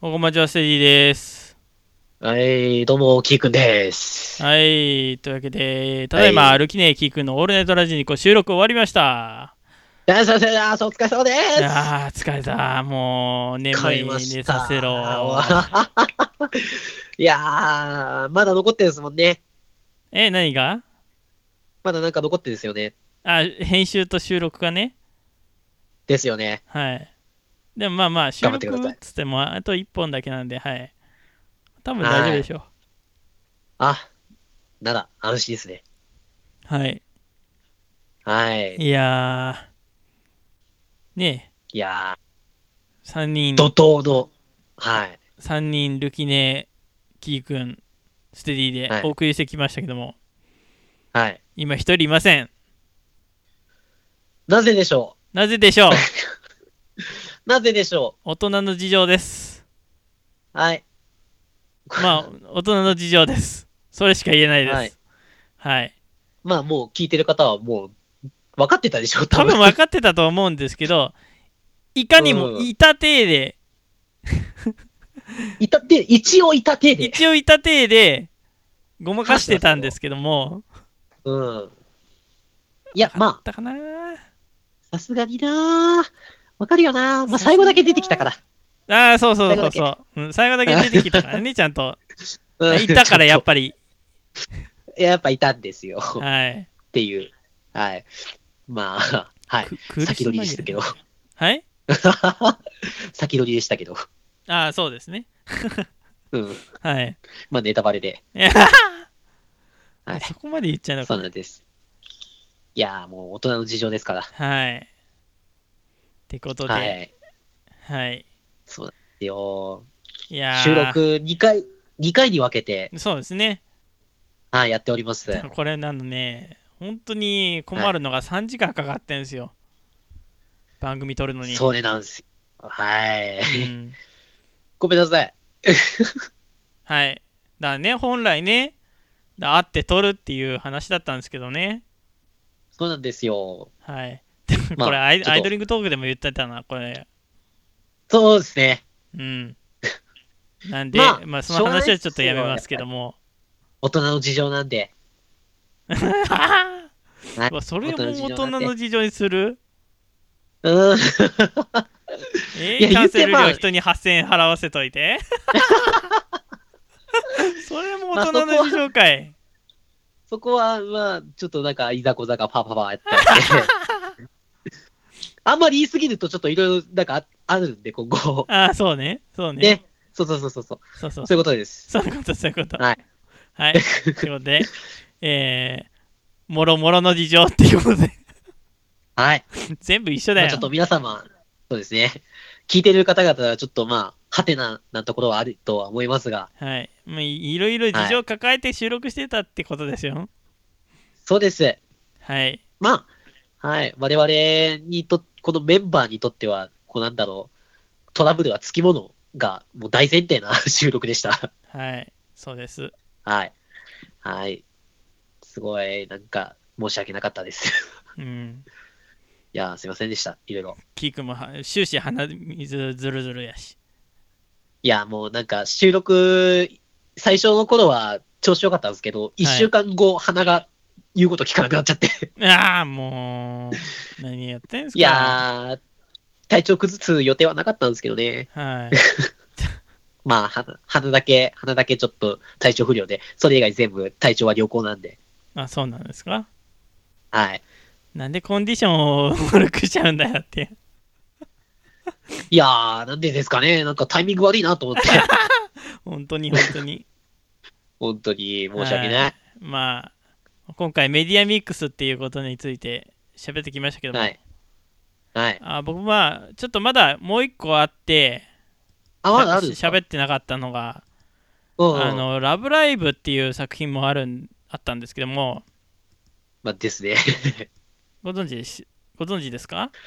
ここまちはステディです。はい、どうも、キーくんです。はい。というわけで、ただいま、は歩きねえキーくんのオールナイトラジニコ収録終わりました。ダンサーセラーお疲れ様でいやー、疲れた。もう、眠す。い寝させろ。 いやー、まだ残ってるんですもんね。え、何がまだなんか残ってるんですよね。あ、編集と収録がね。ですよね。はい。でもまあまあ、収頑張録ってくださいっつっても、あと1本だけなんで、はい。多分大丈夫でしょう。あ、なら、安心ですね。はい。はい。いやー、ねいやえ、3ー、人、怒涛の、はい。三人、ルキネ、キーくん、ステディではいお送りしてきましたけども、はい。今一人いません。なぜでしょなぜでしょう うなぜでしょ大人の事情です。うはい。まあ、大人の事情です。それしか言えないです。ははいい。 まあ、もう聞いてる方はもう、分かってたでしょう、多分は分かってたと思うんですけど、いかにもうんいた体で、いたて、一応いたてで。一応いた体で、ごまかしてたんですけども、うん。いや、まああっ、たかなさすがになぁわかるよなぁまあ、最後だけ出てきたから。ああ、そうそうそうそう。うん最後だけ出てきたから ね、ちゃんと。いたからやっぱ。ぱり。いややっぱいたんですよ。っはい。ていう。はい。まあ、はい。く苦し紛れ先取りでしたけど。はい 先取りでしたけど。ああ、そうですね。うん。はい。まあ、ネタバレで。いやはいそこまで言っちゃうのそか。うなんです。いやーもう大人の事情ですから。はい。ってことで、は。はいい。そうなんですよ。いやー収。録2回、2回に分けて、そうですね。はい、やっております。これなのね、本当に困るのが3時間かかってんですよ。番組撮るのに。それなんですよ。はい。うんごめんなさい。はい。だからね、本来ね、だ会って撮るっていう話だったんですけどね。そうなんですよ。はい。でもまあこれアイ、ちょっとアイドリングトークでも言ってたな、これ。そうですね。うん。なんで、まあまあ、その話はちょっとやめますけども。大人の事情なんで。 はいうわそれも大大人の事情人なんのて事情にするうん。 えいやー、キャンセル言ってま料あ人に8000円払わせといて それも大人まあそのこは事情かい、そこは、まあ、ちょっとなんか、いざこざがパパパやってあって。 あんまり言いすぎると、ちょっといろいろ、なんかあ、あるんで、今後。ああーそうねそうねね。そうそうそうそう。そうそうそうそういうことです。そういうことそういうことはい。はいということでえー、もろもろの事情っていうことで はい。全部一緒だよ、まあ、ちょっと皆様、そうですね。聞いてる方々は、ちょっとまあ、ハテナなところはあるとは思いますが、はいまあ、いいろいろ事情抱えて収録してたってことですよそうです。はいまあ、はい。我々にと、このメンバーにとっては、こうなんだろう、トラブルはつきものが、もう大前提な 収録でした。はいそうですはい。はい。すごい、なんか、申し訳なかったです。 うんいやー、すいませんでした。いろいろ。キークもは終始鼻水ずるずるやし。いやー、もうなんか、収録、最初の頃は調子良かったんですけど、一週間後、鼻が言うこと聞かなくなっちゃって。ああ、もう、何やってんすか。いやー、体調崩す予定はなかったんですけどね。はい。 まあ、鼻鼻だけ、鼻だけちょっと体調不良で、それ以外全部体調は良好なんで、あ、そうなんですか。はい。なんでコンディションを悪くしちゃうんだよって。 いやー、なんでですかね、なんかタイミング悪いな と思って、本当に本当に。 本当に申し訳な。はいまあ、今回メディアミックスっていうことについて喋ってきましたけども、はい。はい。あ僕はちょっとまだもう一個あって、あ、まだあるんですか喋ってなかったのが、うんあの、ラブライブっていう作品もあるんあったんですけども、まあ、ですね。 ご存知しご存知ですか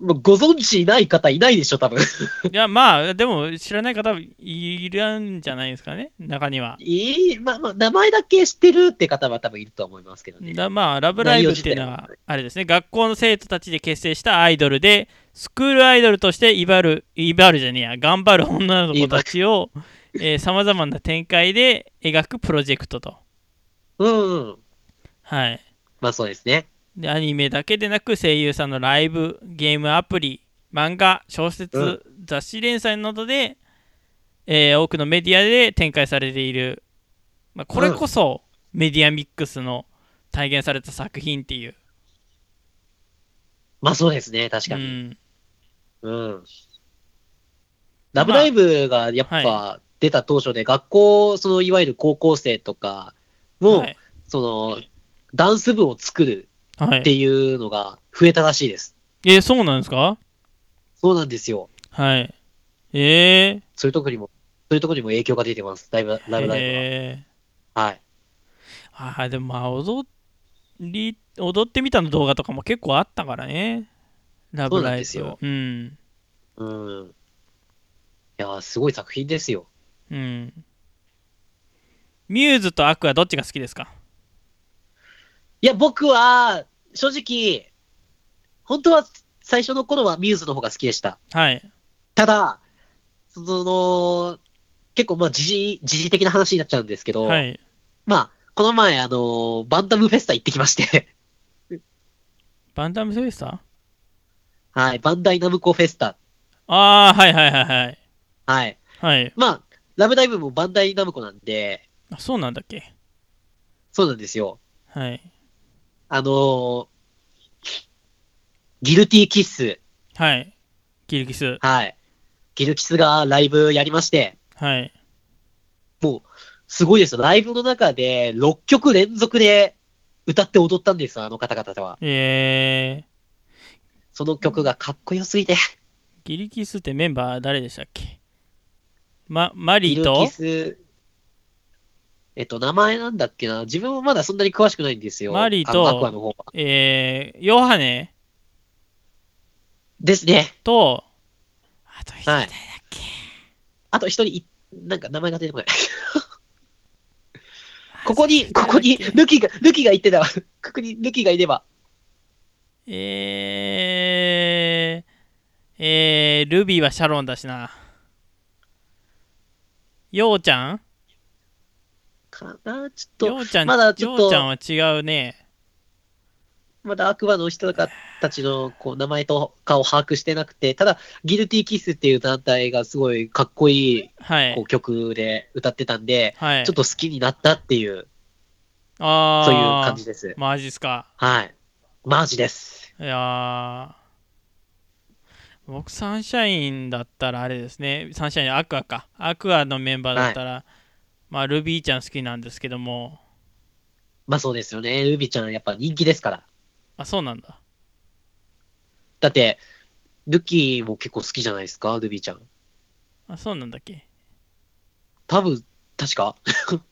もうご存知ない方いないでしょ、多分。 いや、まあ、でも、知らない方いるんじゃないですかね、中には。ええまあまあ、名前だけ知ってるって方は多分いると思いますけどね。だまあ、ラブライブっていうのは、あれですね、学校の生徒たちで結成したアイドルで、スクールアイドルとして威張る、威張るじゃねえや、頑張る女の子たちを、さまざまな展開で描くプロジェクトと。うん、うん。はい。まあそうですね。で、アニメだけでなく、声優さんのライブ、ゲームアプリ、漫画、小説、うん雑誌連載などで、えー多くのメディアで展開されている、まあ、これこそ、メディアミックスの体現された作品っていう。まあそうですね、確うかに。ん、うん。ラブライブがやっまあぱ出た当初で、学校、そのいわゆる高校生とかの、はいその、ダンス部を作るはってい、いうのが増えたらしいです。えーそうなんですかそうなんですよ。はい。えー、そういうとこにも、そういうとこにも影響が出てます。ライブ、ライブライブえーは。はい。ああでもまあ踊り踊ってみたの動画とかも結構あったからねラブそうなライブんですようんうん。いやー、すごい作品ですよ。うんミューズとアクアどっちが好きですかいや、僕は、正直、本当は最初の頃はミューズの方が好きでした。はいただ、その、結構まあ時事、時事的な話になっちゃうんですけど、はいまあ、この前、あのーバンタムフェスタ行ってきまして、 バンダムセレスターはい、バンダイナムコフェスタ、ああはいはいはいはいはい。はいまあ、ラブダイブもバンダイナムコなんで、あそうなんだっけそうなんですよ。はいあのーギルティーキッス、はいギルギスはい。ギルキスがライブやりまして、はいもう、すごいですよ。ライブの中で6曲連続で歌って踊ったんですよ、あの方々は。えー、その曲がかっこよすぎて。ギルギスってメンバー誰でしたっけま、マリギールとキス、えっと、名前なんだっけな。自分もまだそんなに詳しくないんですよ。マリーとあのアクアの方は。えー、ヨハネですね。とあと一人は誰いだっけ、あと一人い、なんか名前が出てこない。 こ こに、ここに、ルキが、ルキがいてたわ。 ここにルキがいれば。えー、えー、ルビーはシャロンだしな。ようちゃんかなちょよっうちゃん、まだちょっとようちゃんは違うね。と、まだアクアの人たちのこう名前と顔を把握してなくて、ただ、ギルティーキスっていう団体がすごいかっこいいはこ。いう曲で歌ってたんで、はい。ちょっと好きになったっていう、あーそういう感じです。マジっすか。はい。マジです。いやー。僕、サンシャインだったらあれですね。サンシャイン、アクアか。アクアのメンバーだったら、まあ、ルビーちゃん好きなんですけども。まあそうですよね。ルビちゃんやっぱ人気ですから。あ、そうなんだ。だって、ルキーも結構好きじゃないですか、ルビちゃん。あ、そうなんだっけ。多分、確か。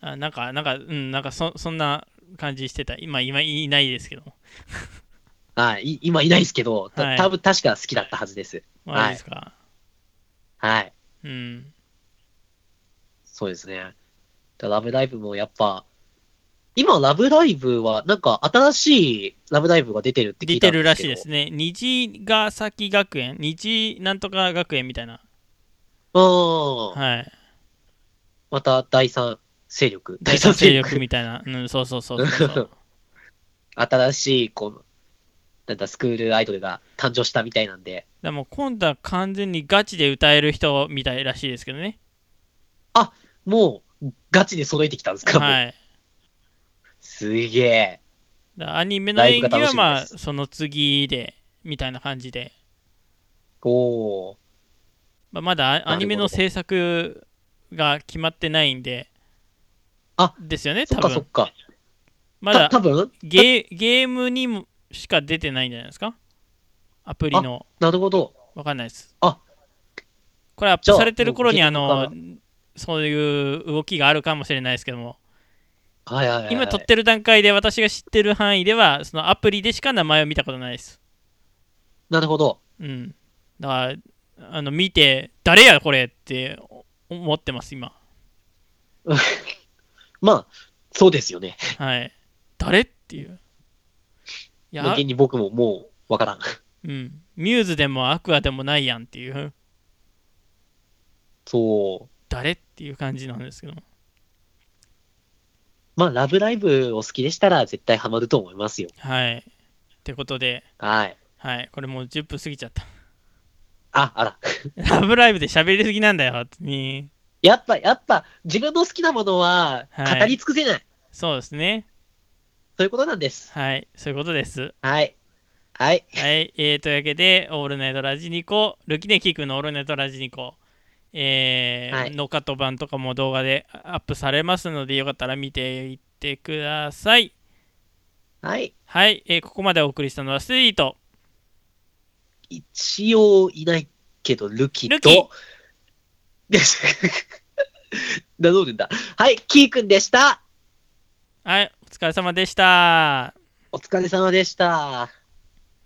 あなんか、なんか、うん、なんかそ、そんな感じしてた。今、今、いないですけども。はい。い今いないですけど、たはい多分確か好きだったはずです。まあ、いいですか。はい。うん。そうですね。だラブライブもやっぱ、今、ラブライブは、なんか新しいラブライブが出てるって聞出いたてんですけど。るらしいですね。虹ヶ崎学園虹なんとか学園みたいな。うん。はい。また第三勢力。第三勢力みたいな。うん、そうそうそうそうそう。 新しい、こう、なんだ、スクールアイドルが誕生したみたいなんで。でも今度は完全にガチで歌える人みたいらしいですけどね。もう、ガチで揃えてきたんですか、もうはい。すげえ。だからアニメのライ演ブが技楽はしみですまあ、その次で、みたいな感じで。おー。まあ、まだアアニメの制作が決まってないんで。あですよね、そ多っかそっ分。か。まだた多分ゲーゲームにもしか出てないんじゃないですかアプリの。なるほど。わかんないです。あこれアップされてる頃にじゃああもうのそういう動きがあるかもしれないですけども、はいはいはい。今撮ってる段階で私が知ってる範囲ではそのアプリでしか名前を見たことないですなるほど。うんだからあの見て誰やこれって思ってます今まあ、そうですよね。はい誰っていういや現に僕ももうわからん。 うんミューズでもアクアでもないやんっていうそう。誰っていう感じなんですけどもまあ、ラブライブお好きでしたら絶対ハマると思いますよ。はいってことではい。はいこれもう10分過ぎちゃったあ、あら。 「ラブライブ!」で喋りすぎなんだよにやっぱ、やっぱ、自分の好きなものははい語り尽くせない。そうですねそういうことなんです。はいそういうことですはい。はい。はい、えー、というわけで、オールナイトラジニコ、ルキネキー君のオールナイトラジニコ、えーはいのカト版とかも動画でアップされますので、よかったら見ていってください。はい。はい、えーここまでお送りしたのはステリーと、一応いないけど、ルキルキと、です。 名乗るんだ。はい、キーくんでした。はい、お疲れ様でした。お疲れ様でした。